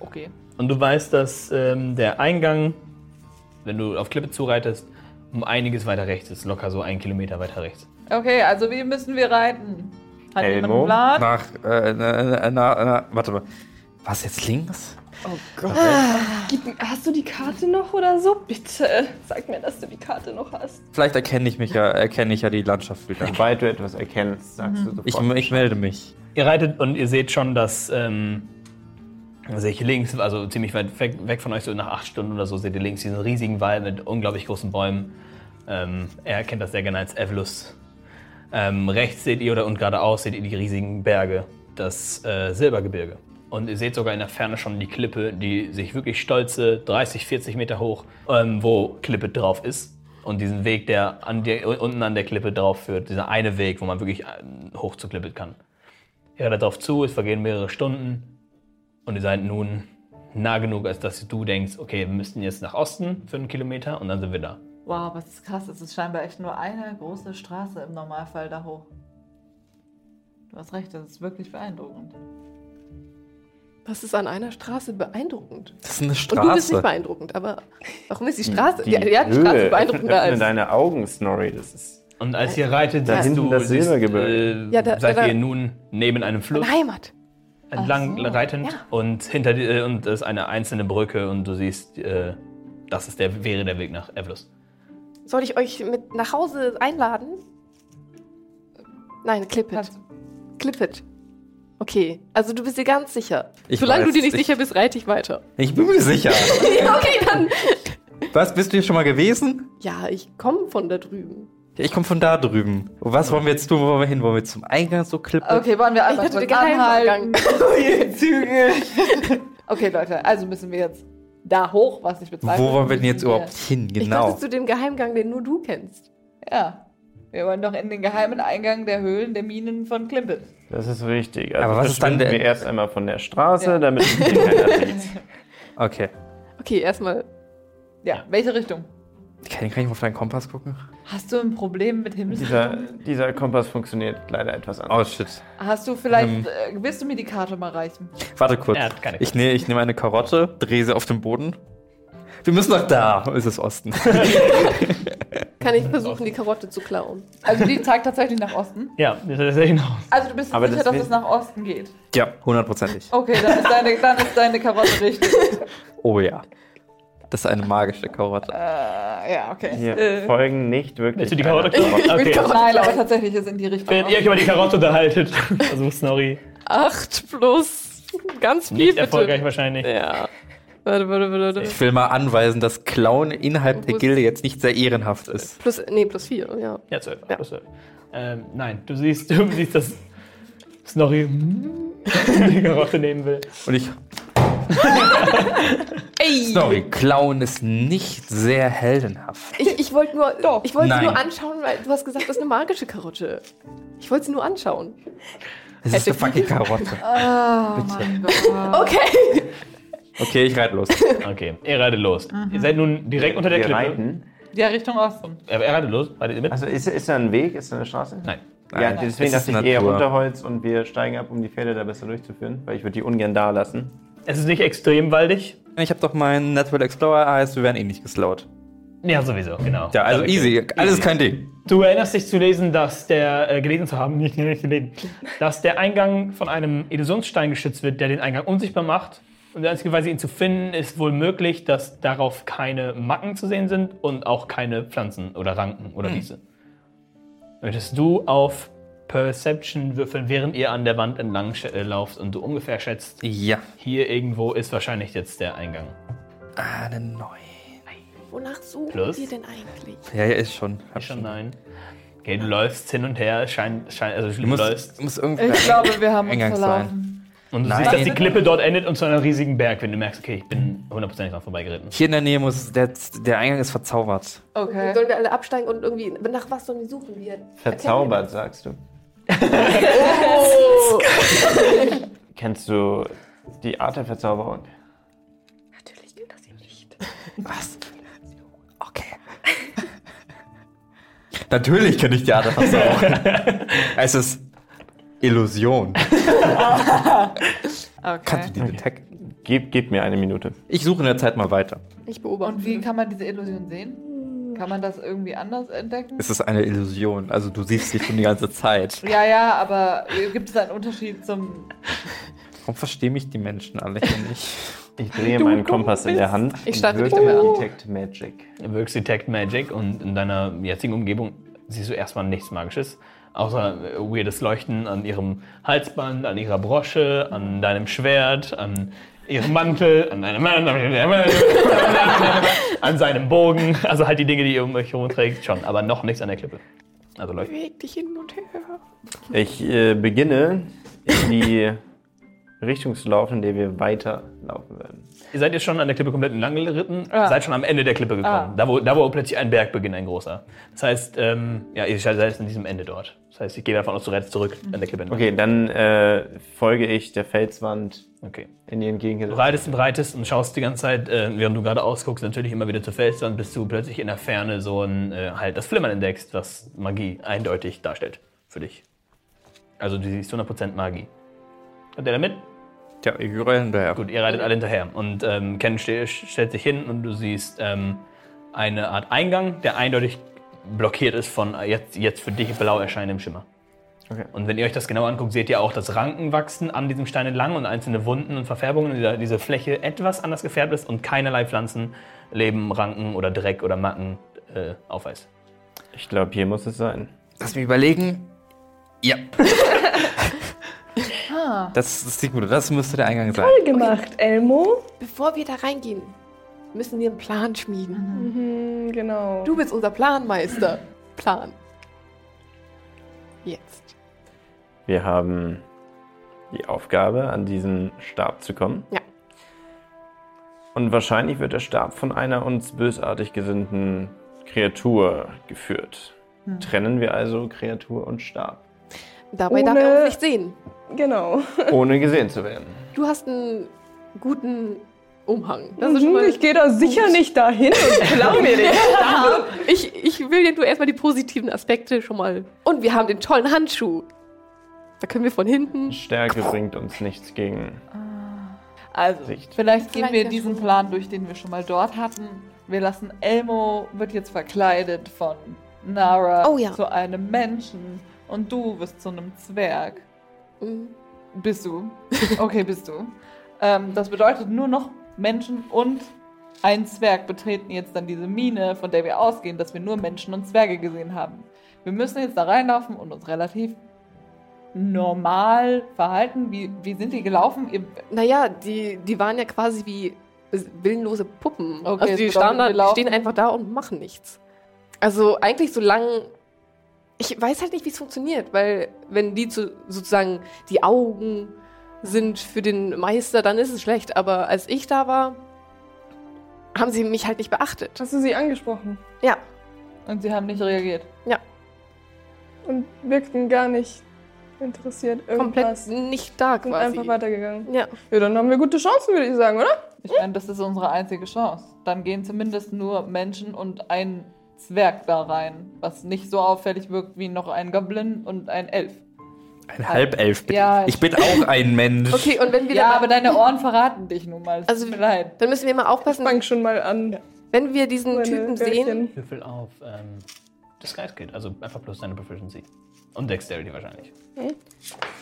Okay. Und du weißt, dass ähm, der Eingang, wenn du auf Klippe zureitest, um einiges weiter rechts ist. Locker so einen Kilometer weiter rechts. Okay, also wie müssen wir reiten? Hat jemand Elmo? einen Plan? Nach, äh, na, na, na, na, warte mal. Was jetzt links? Gib, mir- hast du die Karte noch oder so? Bitte sag mir, dass du die Karte noch hast. Vielleicht erkenne ich mich ja, erkenne ich ja die Landschaft wieder. Sobald du etwas erkennst, sagst du Ich, sofort. ich melde mich. Ihr reitet und ihr seht schon, dass ähm, sich links, also ziemlich weit weg, weg von euch, so nach acht Stunden oder so, seht ihr links diesen riesigen Wald mit unglaublich großen Bäumen. Ähm, er erkennt das sehr gerne als Evelus. Ähm, rechts seht ihr oder und geradeaus seht ihr die riesigen Berge, das äh, Silbergebirge. Und ihr seht sogar in der Ferne schon die Klippe, die sich wirklich stolze 30, 40 Meter hoch, ähm, wo Klippe drauf ist. Und diesen Weg, der, an der unten an der Klippe drauf führt, dieser eine Weg, wo man wirklich ähm, hoch zur Klippe kann. Er rennt darauf zu, es vergehen mehrere Stunden und ihr seid nun nah genug, als dass du denkst, okay, wir müssten jetzt nach Osten für einen Kilometer und dann sind wir da. Wow, was ist krass. Es ist scheinbar echt nur eine große Straße im Normalfall da hoch. Du hast recht, das ist wirklich beeindruckend. Was ist an einer Straße beeindruckend? Das ist eine Und du bist Straße. nicht beeindruckend, aber warum ist die Straße, die, Die ja, die Höhe. Straße öffne, beeindruckender öffne als... deine Augen, Snorri. Das ist Und als ihr reitet, Da siehst hinten du, das siehst, Silbergebirge. äh, Ja, da- seid da- ihr nun neben einem Fluss Deine Heimat. entlang Ach so, reitend ja. und hinter dir äh, und es ist eine einzelne Brücke und du siehst, äh, das ist der, wäre der Weg nach Evlus. Soll ich euch mit nach Hause einladen? Nein, clip it. Kannst- Clip it. Okay, also du bist dir ganz sicher. Ich Solange weiß, du dir nicht ich- sicher bist, reite ich weiter. Ich bin mir sicher. <laughs> okay, dann. Was, bist du hier schon mal gewesen? Ja, ich komme von da drüben. Ja, ich komme von da drüben. Und was wollen wir jetzt tun? Wo wollen wir hin? Wollen wir zum Eingang so klippen? Okay, wollen wir einfach dachte, kurz der anhalten. Geheimgang. <laughs> Oh, Züge. <laughs> okay, Leute, also müssen wir jetzt da hoch, was ich bezweifle. Wo wollen wir denn jetzt Ja. überhaupt hin? Ich dachte Genau. zu dem Geheimgang, den nur du kennst. Ja. Wir wollen doch in den geheimen Eingang der Höhlen der Minen von Klimpet. Das ist richtig. Also Aber was ist dann der- verschwinden wir erst einmal von der Straße, Ja. damit uns hier keiner sieht. Okay. Okay, erstmal. Ja, welche Richtung? Kann, kann ich mal auf deinen Kompass gucken? Hast du ein Problem mit Himmel? Dieser, dieser Kompass funktioniert leider etwas Oh anders. shit. Hast du vielleicht. äh, willst du mir die Karte mal reichen? Warte kurz. Er hat keine ich nehme ich nehm eine Karotte, drehe sie auf den Boden. Wir müssen nach da. Es ist Osten. Kann ich versuchen, die Karotte zu klauen? Also, die zeigt tatsächlich nach Osten. Ja, das ist ja genau. Also, du bist Aber sicher, das dass will- es nach Osten geht. ja, hundertprozentig. Okay, dann ist deine, dann ist deine Karotte richtig. Oh ja. Das ist eine magische Karotte. äh, ja, okay. Hier Äh, folgen nicht wirklich. Willst du die einer <laughs> Karotte klauen? Okay. Nein, aber tatsächlich ist in die Richtung. Während ihr euch über die Karotte unterhaltet, <laughs> also Snorri, Acht plus ganz viel. nicht bitte. erfolgreich wahrscheinlich. Ja. Warte, warte, warte, warte. Ich will mal anweisen, dass Clown innerhalb der Gilde jetzt nicht sehr ehrenhaft ist. Plus, nee, plus vier, ja. Ja, zwölf. Ja. plus zwölf. Ähm, nein, du siehst, <laughs> du siehst, dass Snorri <laughs> die Karotte nehmen will. Und ich. Sorry, Clown ist nicht sehr heldenhaft. Ich, ich wollte nur, ich wollte sie Nein. nur anschauen, weil du hast gesagt, das ist eine magische Karotte. Ich wollte sie nur anschauen. Es ist eine fucking Karotte. Oh mein Gott. Okay. Okay, ich reite los. Okay, ihr reitet los. Ihr seid nun direkt unter der Wir Klippe. reiten. Ja, Richtung Osten. Er, er reitet los. Reitet ihr mit? Also ist, ist da ein Weg? Ist da eine Straße? Nein. Ja, Nein. deswegen Es ist dachte ich eher Natur. Unterholz und wir steigen ab, um die Pferde da besser durchzuführen, weil ich würde die ungern da lassen. Es ist nicht extrem waldig. Ich habe doch meinen Natural Explorer, heißt, wir werden eh nicht geslaut. Ja, sowieso, genau. Ja, also Damit- easy. Alles kein Ding. Du erinnerst dich zu lesen, dass der, äh, gelesen zu haben, <laughs> nicht, nicht gelesen, dass der Eingang von einem Illusionsstein geschützt wird, der den Eingang unsichtbar macht. Und die einzige Weise, ihn zu finden, ist wohl möglich, dass darauf keine Macken zu sehen sind und auch keine Pflanzen oder Ranken oder Wiese. Möchtest du auf Perception würfeln, während ihr an der Wand entlang sch- äh, lauft und du ungefähr schätzt, Ja. hier irgendwo ist wahrscheinlich jetzt der Eingang. Ah, eine neue. Wonach suchen Plus? wir denn eigentlich? Ja, ja, ist schon. Hab Schon nein. Okay, du läufst hin und her, schein, schein, also du Du musst, läufst. du musst irgendwie. Ich glaube, wir haben Eingang uns verlaufen. Und du Nein. siehst, dass die Klippe dort endet und zu einem riesigen Berg, wenn du merkst, okay, ich bin hundertprozentig dran vorbeigeritten. Hier in der Nähe muss. Der, der Eingang ist verzaubert. Okay. Sollen wir alle absteigen und irgendwie, nach was sollen wir suchen? Wir Verzaubert, sagst du. <laughs> Kennst du die Art der Verzauberung? Natürlich gilt das hier nicht. Was? Okay. <laughs> Natürlich kenne ich Theater fast auch. <laughs> es ist <laughs> Illusion. Kannst okay. du die detekten? Gib, gib mir eine Minute. Ich suche in der Zeit mal weiter. Ich beobachte. Und wie kann man diese Illusion sehen? Kann man das irgendwie anders entdecken? Es ist eine Illusion. Also du siehst dich schon die ganze Zeit. Ja, ja, aber gibt es einen Unterschied zum. Warum verstehen mich die Menschen alle hier nicht? Ich drehe meinen Kompass in der Hand Ich starte und dich wirke dabei an. Detect Magic. Du wirkst Detect Magic und in deiner jetzigen Umgebung siehst du erstmal nichts Magisches, außer äh, weirdes Leuchten an ihrem Halsband, an ihrer Brosche, an deinem Schwert, an ihrem Mantel, an deinem an seinem Bogen. Also halt die Dinge, die ihr um euch herum trägt, schon, aber noch nichts an der Klippe. Also leuchtet. Beweg dich hin und her. Ich äh, beginne in die Richtung zu laufen, in der wir weiterlaufen werden. Ihr seid jetzt schon an der Klippe komplett entlang geritten, Ah. seid schon am Ende der Klippe gekommen. Ah. Da, wo, da, wo plötzlich ein Berg beginnt, ein großer. Das heißt, ähm, ja, ihr seid jetzt an diesem Ende dort. Das heißt, ich gehe davon aus, du rennst zurück an der Klippe entlang. Okay, dann äh, folge ich der Felswand okay. in die Du entgegengesetzte. reitest und reitest und schaust die ganze Zeit, äh, während du gerade ausguckst, natürlich immer wieder zur Felswand, bis du plötzlich in der Ferne so ein, äh, halt das Flimmern entdeckst, was Magie eindeutig darstellt für dich. Also du siehst 100% Magie. Kommt ihr da mit? Tja, ich rühre hinterher. Gut, ihr reitet alle hinterher. Und ähm, Ken ste stellt sich hin und du siehst ähm, eine Art Eingang, der eindeutig blockiert ist von äh, jetzt, jetzt für dich blau erscheinendem Schimmer. Okay. Und wenn ihr euch das genau anguckt, seht ihr auch, dass Ranken wachsen an diesem Stein entlang und einzelne Wunden und Verfärbungen, diese, diese Fläche etwas anders gefärbt ist und keinerlei Pflanzen, Leben, Ranken oder Dreck oder Macken äh, aufweist. Ich glaube, hier muss es sein. Lass mich überlegen. <laughs> Ja. das, das sieht gut aus. Das müsste der Eingang sein. Toll gemacht, Elmo. Bevor wir da reingehen, müssen wir einen Plan schmieden. Mhm, genau. Du bist unser Planmeister. Plan. Jetzt. Wir haben die Aufgabe, an diesen Stab zu kommen. Ja. Und wahrscheinlich wird der Stab von einer uns bösartig gesinnten Kreatur geführt. Trennen wir also Kreatur und Stab, <laughs> Dabei darf Ohne- er uns nicht sehen. genau. ohne gesehen zu werden. Du hast einen guten Umhang. Das ist schon Mhm, mal, ich gehe da sicher nicht dahin und <laughs> klau mir den. ich, ich will dir nur erstmal die positiven Aspekte schon mal. Und wir haben den tollen Handschuh. Da können wir von hinten. Stärke bringt uns nichts gegen Also, Sicht. Vielleicht gehen Vielleicht ja wir diesen schon. Plan durch, den wir schon mal dort hatten. Wir lassen Elmo, wird jetzt verkleidet von Nara Oh ja. zu einem Menschen und du wirst zu einem Zwerg. mh, Bist du? Okay, bist du. Ähm, das bedeutet, nur noch Menschen und ein Zwerg betreten jetzt dann diese Mine, von der wir ausgehen, dass wir nur Menschen und Zwerge gesehen haben. Wir müssen jetzt da reinlaufen und uns relativ normal verhalten. Wie, wie sind die gelaufen? Ihr, naja, die, die waren ja quasi wie willenlose Puppen. Okay, also es die bedeutet, standen, da- wir laufen. stehen einfach da und machen nichts. Also eigentlich solange. Ich weiß halt nicht, wie es funktioniert, weil wenn die zu, sozusagen die Augen sind für den Meister, dann ist es schlecht. Aber als ich da war, haben sie mich halt nicht beachtet. Hast du sie angesprochen Ja, und sie haben nicht reagiert. und wirkten gar nicht interessiert. komplett Irgendwas. nicht da Sind quasi. einfach weitergegangen. ja. Ja, dann haben wir gute Chancen, würde ich sagen, oder? Ich meine, das ist unsere einzige Chance. Dann gehen zumindest nur Menschen und ein Zwerg da rein, was nicht so auffällig wirkt wie noch ein Goblin und ein Elf. Ein Halbelf bin Ja, ich. Ich bin auch ein Mensch. Okay, und wenn wir Ja, dann, aber deine Ohren verraten dich nun mal. Es Also- tut mir leid. dann müssen wir mal Ich aufpassen, fang schon mal an. wenn wir diesen meine Typen sehen. Bärchen. Würfel auf ähm, Disguise Kit, also einfach bloß deine Proficiency. Und Dexterity wahrscheinlich.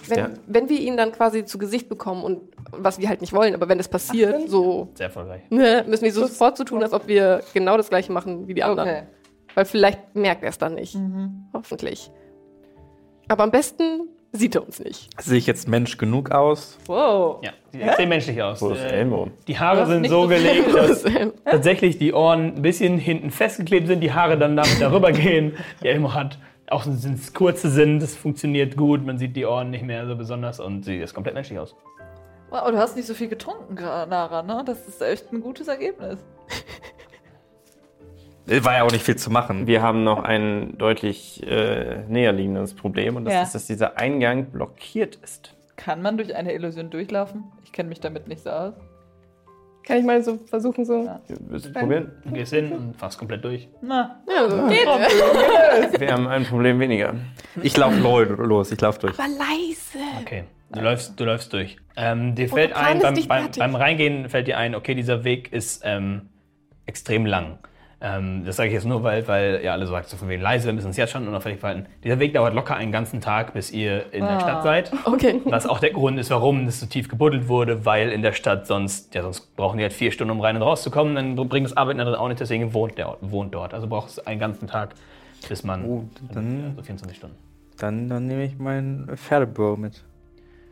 Wenn, Ja. wenn wir ihn dann quasi zu Gesicht bekommen und was wir halt nicht wollen, aber wenn das passiert, so Sehr erfolgreich. ne, müssen wir so sofort so tun, als ob wir genau das gleiche machen wie die anderen. Okay. Weil vielleicht merkt er es dann nicht. Mhm. Hoffentlich. Aber am besten sieht er uns nicht. <laughs> Sehe ich jetzt Mensch genug aus? Wow. Ja, sieht extrem menschlich aus. Wo ist Äh, Elmo? Die Haare sind nicht so so gelegt, dass Deswegen tatsächlich die Ohren ein bisschen hinten festgeklebt sind, die Haare dann damit darüber gehen. Die Elmo hat auch so- sind kurze Sinn, das funktioniert gut, man sieht die Ohren nicht mehr so besonders und sie ist komplett menschlich aus. Wow, du hast nicht so viel getrunken, Gra- Nara, ne? Das ist echt ein gutes Ergebnis. War ja auch nicht viel zu machen. Wir haben noch ein deutlich äh, näher liegendes Problem und das Ja. ist, dass dieser Eingang blockiert ist. Kann man durch eine Illusion durchlaufen? Ich kenne mich damit nicht so aus. Kann ich mal so versuchen, so. Ja. Willst du probieren? Du gehst hin und fährst komplett durch. Na, Wir haben ein Problem weniger. Ich laufe los, ich laufe durch. Aber leise. Okay, du läufst, du läufst durch. Ähm, dir fällt der Plan ein, ist beim, nicht beim, fertig. beim Reingehen fällt dir ein, okay, dieser Weg ist ähm, extrem lang. Ähm, das sage ich jetzt nur, weil, weil ja alle so sagt, so von wegen leise, wir müssen uns jetzt schon unauffällig verhalten. Dieser Weg dauert locker einen ganzen Tag, bis ihr in der Stadt seid. Okay. Was auch der Grund ist, warum das so tief gebuddelt wurde, weil in der Stadt sonst, ja, sonst brauchen die halt vier Stunden, um rein und rauszukommen, dann bringt das Arbeiten dann auch nicht, deswegen wohnt der wohnt dort. Also braucht es einen ganzen Tag, bis man, Oh, dann- also 24 Stunden. Dann, dann nehme ich meinen Pferdebüro mit.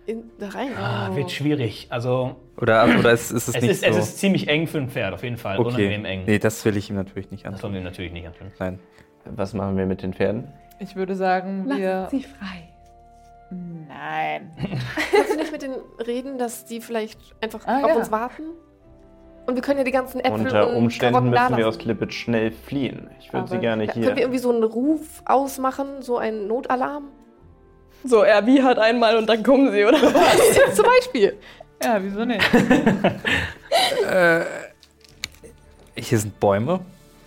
In, da rein. Ah, wird schwierig. Also, Oder, oder ist, ist es, Es nicht ist, so? es ist ziemlich eng für ein Pferd, auf jeden Fall. okay. Unangenehm eng. Nee, das will ich ihm natürlich nicht Das wollen antun. wir ihm natürlich nicht antun. Nein. Was machen wir mit den Pferden? ich würde sagen, wir. sie frei. Nein. Kannst du nicht mit denen reden, dass die vielleicht einfach Ah, auf ja. uns warten? Und wir können ja die ganzen Äpfel Unter und Umständen Karotten da müssen wir lassen. aus Clippet schnell fliehen. Ich würde sie Aber- gerne Ja, Können wir hier. irgendwie so einen Ruf ausmachen, so einen Notalarm? So, er wie hat einmal und dann kommen sie, oder? Zum Beispiel. <laughs> Ja, wieso nicht? Hier sind Bäume.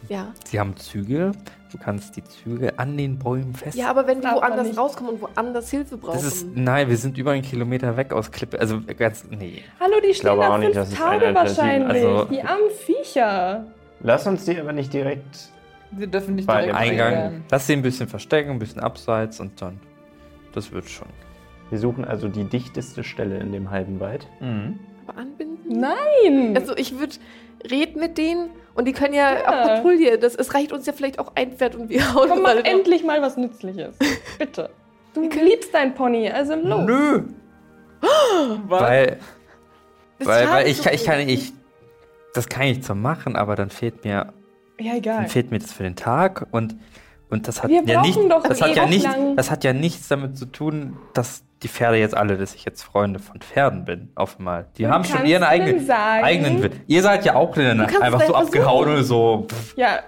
Ja. Sie haben Zügel. Du kannst die Zügel an den Bäumen fest. Ja, aber wenn die Darf man woanders nicht. rauskommen und woanders Hilfe brauchen. das ist. Nein, wir sind über einen Kilometer weg aus Klippe. Also ganz. Nee. Hallo, die stehen glaube auch da nicht, fünf dass es Tage einer der sieben- wahrscheinlich. also- die armen Viecher. Lass uns die aber nicht direkt. Sie dürfen nicht Bei direkt dem Eingang. reingehen. Lass sie ein bisschen verstecken, ein bisschen abseits und dann. Das wird schon. Wir suchen also die dichteste Stelle in dem halben Wald. aber anbinden? Nein! Also ich würde red mit denen und die können ja, Ja. auch Patrouille. Das, es reicht uns ja vielleicht auch ein Pferd und wir hauen Komm, mal mach halt drauf. endlich mal was Nützliches. Bitte. Du liebst dein Pony, also los. Nö! Weil, Es weil, schadet weil ich, so kann- ich kann viel. ich. Das kann ich zwar machen, aber dann fehlt mir, Ja, dann egal. fehlt mir das für den Tag und, und das hat Wir ja brauchen nicht, doch das hat ja ewig nicht, lang- das hat ja nichts damit zu tun, dass die Pferde jetzt alle, dass ich jetzt Freunde von Pferden bin, auf einmal. Die haben schon kannst ihren du eigenen, denn sagen- eigenen Witz. Ihr seid ja auch in der Nacht kannst einfach es so ja abgehauen und so. Pff, Ja.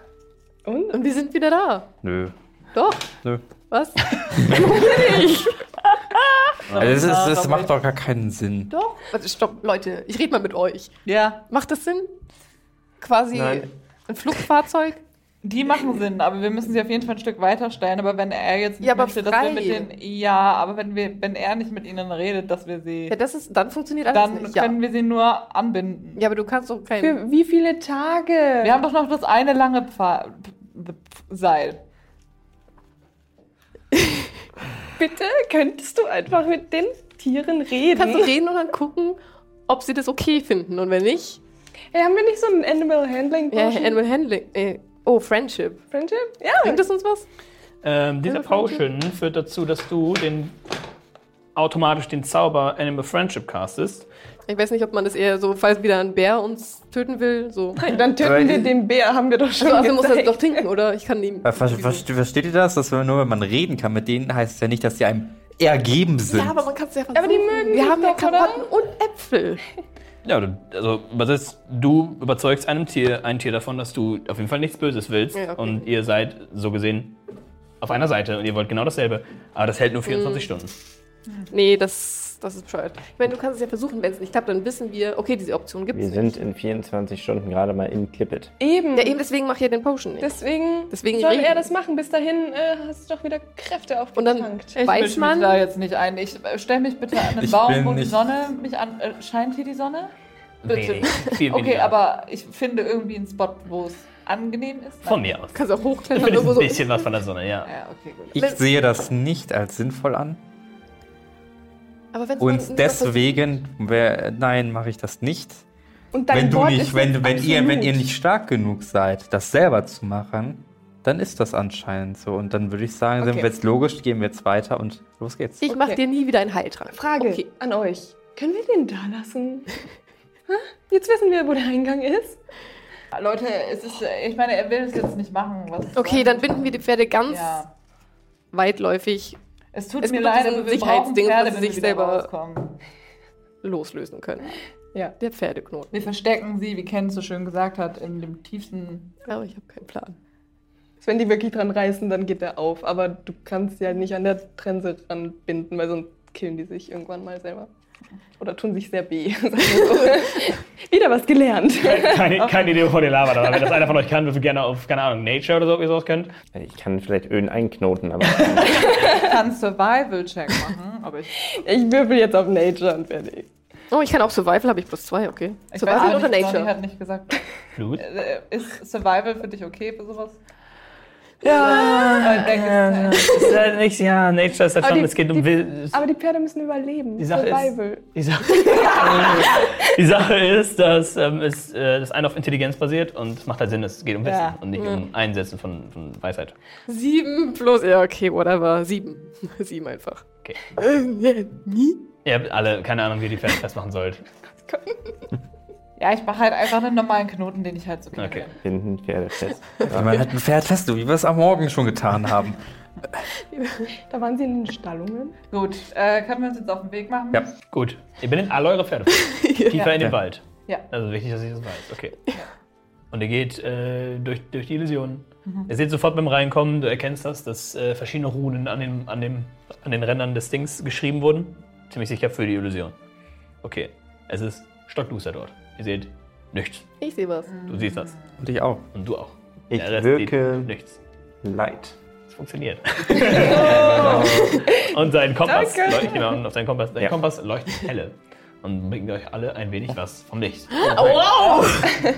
Und? Und wir sind wieder da. nö, Doch. nö. Was? Also das, ist, das damit- macht doch gar keinen Sinn. Doch. Warte, stopp, Leute, ich rede mal mit euch. Ja, Macht das Sinn? Quasi Nein. ein Flugfahrzeug? die machen Sinn, aber wir müssen sie auf jeden Fall ein Stück weiter stellen. Aber wenn er jetzt nicht Ja, aber dass wir frei. mit den. Ja, aber wenn, wir, wenn er nicht mit ihnen redet, dass wir sie. Ja, das ist, dann funktioniert alles dann nicht. Ja. können wir sie nur anbinden. ja, aber du kannst doch kein... Für wie viele Tage? Wir haben doch noch das eine lange Pfa P- P- Seil. Bitte könntest du einfach mit den Tieren reden. kannst du reden und dann gucken, ob sie das okay finden. Und wenn nicht, Ey, haben wir nicht so einen Animal Handling ja, Potion? Animal Handling. Äh, oh, Friendship. Friendship? Ja. Bringt das uns was? Ähm, dieser Potion führt dazu, dass du den, automatisch den Zauber Animal Friendship castest. Ich weiß nicht, ob man das eher so, falls wieder ein Bär uns töten will, <laughs> so. Dann töten wir den Bär, haben wir doch schon Also, also muss das gezeigt. doch trinken, oder? Ich kann ihm. Äh, ver- ver- Versteht ihr das? Dass wenn- nur wenn man reden kann mit denen, heißt es ja nicht, dass die einem ergeben sind. ja, aber man kann es ja versuchen. Aber die mögen Wir dich haben ja doch, oder? Karotten und Äpfel. Ja, du, also was ist, du überzeugst einem Tier, ein Tier davon, dass du auf jeden Fall nichts Böses willst. Ja, okay. Und ihr seid so gesehen auf einer Seite und ihr wollt genau dasselbe. Aber das hält nur 24 Stunden. Nee, das, das ist bescheuert. Ich meine, du kannst es ja versuchen, wenn es nicht klappt, dann wissen wir, okay, diese Option gibt Wir es sind in 24 Stunden gerade mal in Klippet. Eben. Ja, eben deswegen mach ich ja den Potion nicht. Deswegen, Deswegen soll reden. er das machen. Bis dahin äh, hast du doch wieder Kräfte Und dann aufgetankt. Ich weiß misch mich man, da jetzt nicht ein. Ich äh, stell mich bitte an einen Ich Baum, bin wo die nicht- Sonne mich an. Äh, scheint hier die Sonne? Bitte. Wenig. Viel weniger. Okay, aber ich finde irgendwie einen Spot, wo es angenehm ist. Von mir aus. kannst auch hochklettern. Zumindest irgendwo ein so. bisschen was von der Sonne, ja. Ja, okay, gut. Ich sehe das nicht als sinnvoll an. Aber wenn's mal- Und deswegen, wär, nein, mache ich das nicht. Und dein Wenn du Wort nicht, ist wenn, wenn ihr, wenn ihr absolut. nicht stark genug seid, das selber zu machen, dann ist das anscheinend so. Und dann würde ich sagen, sind Okay. wir jetzt logisch, gehen wir jetzt weiter und los geht's. Ich mach Okay. dir nie wieder einen Heiltrank. Frage Okay. an euch. Können wir den da <laughs> lassen? Hä? Jetzt wissen wir, wo der Eingang ist. Leute, es ist, äh, ich meine, er will es jetzt nicht machen. Was Okay, dann binden wir die Pferde ganz Ja. weitläufig Es tut Es mir gibt doch leid, diesen aber wir brauchen Sicherheitsding, Pferde, dass sie wenn wir sich wieder selber- rauskommen. loslösen können. Ja. Der Pferdeknoten. Wir verstecken sie, wie Ken so schön gesagt hat, in dem tiefsten... Aber ich habe keinen Plan. Wenn die wirklich dran reißen, dann geht der auf. Aber du kannst ja nicht an der Trense ranbinden, weil sonst killen die sich irgendwann mal selber. Oder tun sich sehr weh. <laughs> sagen wir so. <laughs> Wieder was gelernt. Keine, keine Idee, wovon ihr labert, aber wenn das einer von euch kann, würfelt gerne auf, keine Ahnung, Nature oder so, ob ihr sowas könnt. Ich kann vielleicht Ölen <laughs> einknoten, aber Ich kann Survival-Check machen, aber ich... Ich würfel jetzt auf Nature und fertig. Oh, ich kann auch Survival, habe ich plus zwei, okay. ich Survival auch oder nicht, Sonny Nature? hat nicht gesagt. Flut. Äh, Ist Survival für dich okay für sowas? Ja, Äh, äh, das ist halt nichts, ja, Nature ist halt Aber schon, die- es geht um die- Wild. Aber die Pferde müssen überleben. Die Sache ist- Survival. Die Sache, <laughs> die Sache ist, dass ähm, es, äh, das eine auf Intelligenz basiert und es macht halt Sinn, es geht um Wissen Ja. und nicht um Einsetzen von, von Weisheit. Sieben plus, ja, okay, whatever. Sieben. <laughs> Sieben einfach. Okay. Ähm, ja, nie? Ihr habt alle keine Ahnung, wie ihr die Pferde festmachen sollt. Ja, ich mache halt einfach einen normalen Knoten, den ich halt so kenne. Okay. hinten Pferde fest. Man hat ein Pferd fest, so wie wir es am Morgen schon getan haben. <laughs> Da waren sie in den Stallungen. Gut, äh, können wir uns jetzt auf den Weg machen? Ja. Gut. Ihr bindet alle eure Pferde fest. Tiefer in Ja. den Wald. Ja. Also wichtig, dass ich das weiß. Okay. Und ihr geht äh, durch, durch die Illusion. Mhm. Ihr seht sofort beim Reinkommen, du erkennst das, dass äh, verschiedene Runen an, dem, an, dem, an den Rändern des Dings geschrieben wurden. Ziemlich sicher für die Illusion. Okay. Es ist stockduster dort. Ihr seht nichts. <laughs> Ich sehe was. Mhm. Du siehst das. Und ich auch. Und du auch. Ich Der Rest sieht wirke nichts. Leid. Es <laughs> funktioniert. <laughs> und sein Kompass Danke. leuchtet genau, und auf seinen Kompass, dein Ja. Kompass leuchtet helle und bringt euch alle ein wenig was vom Licht. Oh, Wow! <laughs>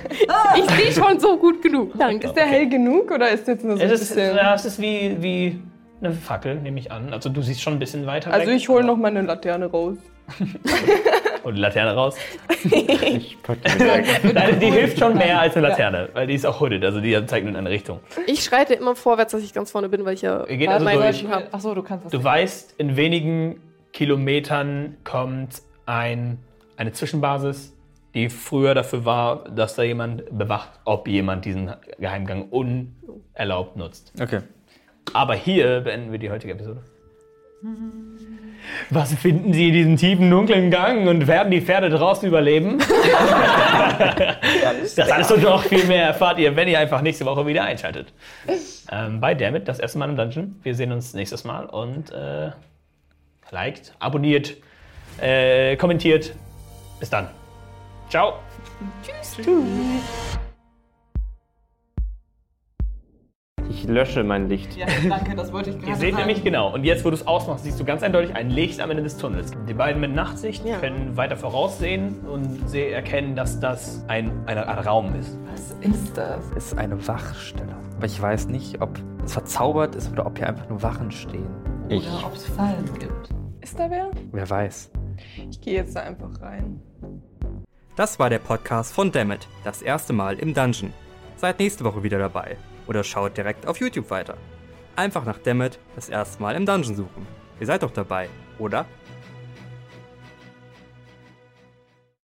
ich sehe schon so gut genug. Danke. Ist der hell genug oder ist jetzt nur so ein Es ist, bisschen. ja, es ist wie, wie eine Fackel, nehme ich an. Also du siehst schon ein bisschen weiter Also weg. ich hole noch meine Laterne raus. Und die Laterne raus. Ich pack <laughs> die <laughs> weg. Nein, die hilft schon mehr als eine Laterne, weil die ist auch hooded, also die zeigt nur in eine Richtung. Ich schreite immer vorwärts, dass ich ganz vorne bin, weil ich ja Ihr geht also meinen durch. Menschen habe. Achso, du kannst das. Du weißt, in wenigen Kilometern kommt ein, eine Zwischenbasis, die früher dafür war, dass da jemand bewacht, ob jemand diesen Geheimgang unerlaubt nutzt. Okay. Aber hier beenden wir die heutige Episode. Was finden Sie in diesem tiefen, dunklen Gang und werden die Pferde draußen überleben? das alles und noch viel mehr erfahrt ihr, wenn ihr einfach nächste Woche wieder einschaltet. Ähm, bei Dammit, das erste Mal im Dungeon. Wir sehen uns nächstes Mal und äh, liked, abonniert, äh, kommentiert. Bis dann. Ciao. Ich lösche mein Licht. ja, danke, das wollte ich gerade Ihr seht sagen. nämlich genau, und jetzt, wo du es ausmachst, siehst du ganz eindeutig ein Licht am Ende des Tunnels. Die beiden mit Nachtsicht Ja. können weiter voraussehen und sie erkennen, dass das ein, ein, ein Raum ist. Was ist das? Ist eine Wachstelle. Aber ich weiß nicht, ob es verzaubert ist oder ob hier einfach nur Wachen stehen. Ich Oder ob es Fallen gibt. Ist da wer? Wer weiß. Ich gehe jetzt da einfach rein. Das war der Podcast von Dammit, das erste Mal im Dungeon. Seid nächste Woche wieder dabei oder schaut direkt auf YouTube weiter. Einfach nach Dammit das erste Mal im Dungeon suchen. Ihr seid doch dabei, oder?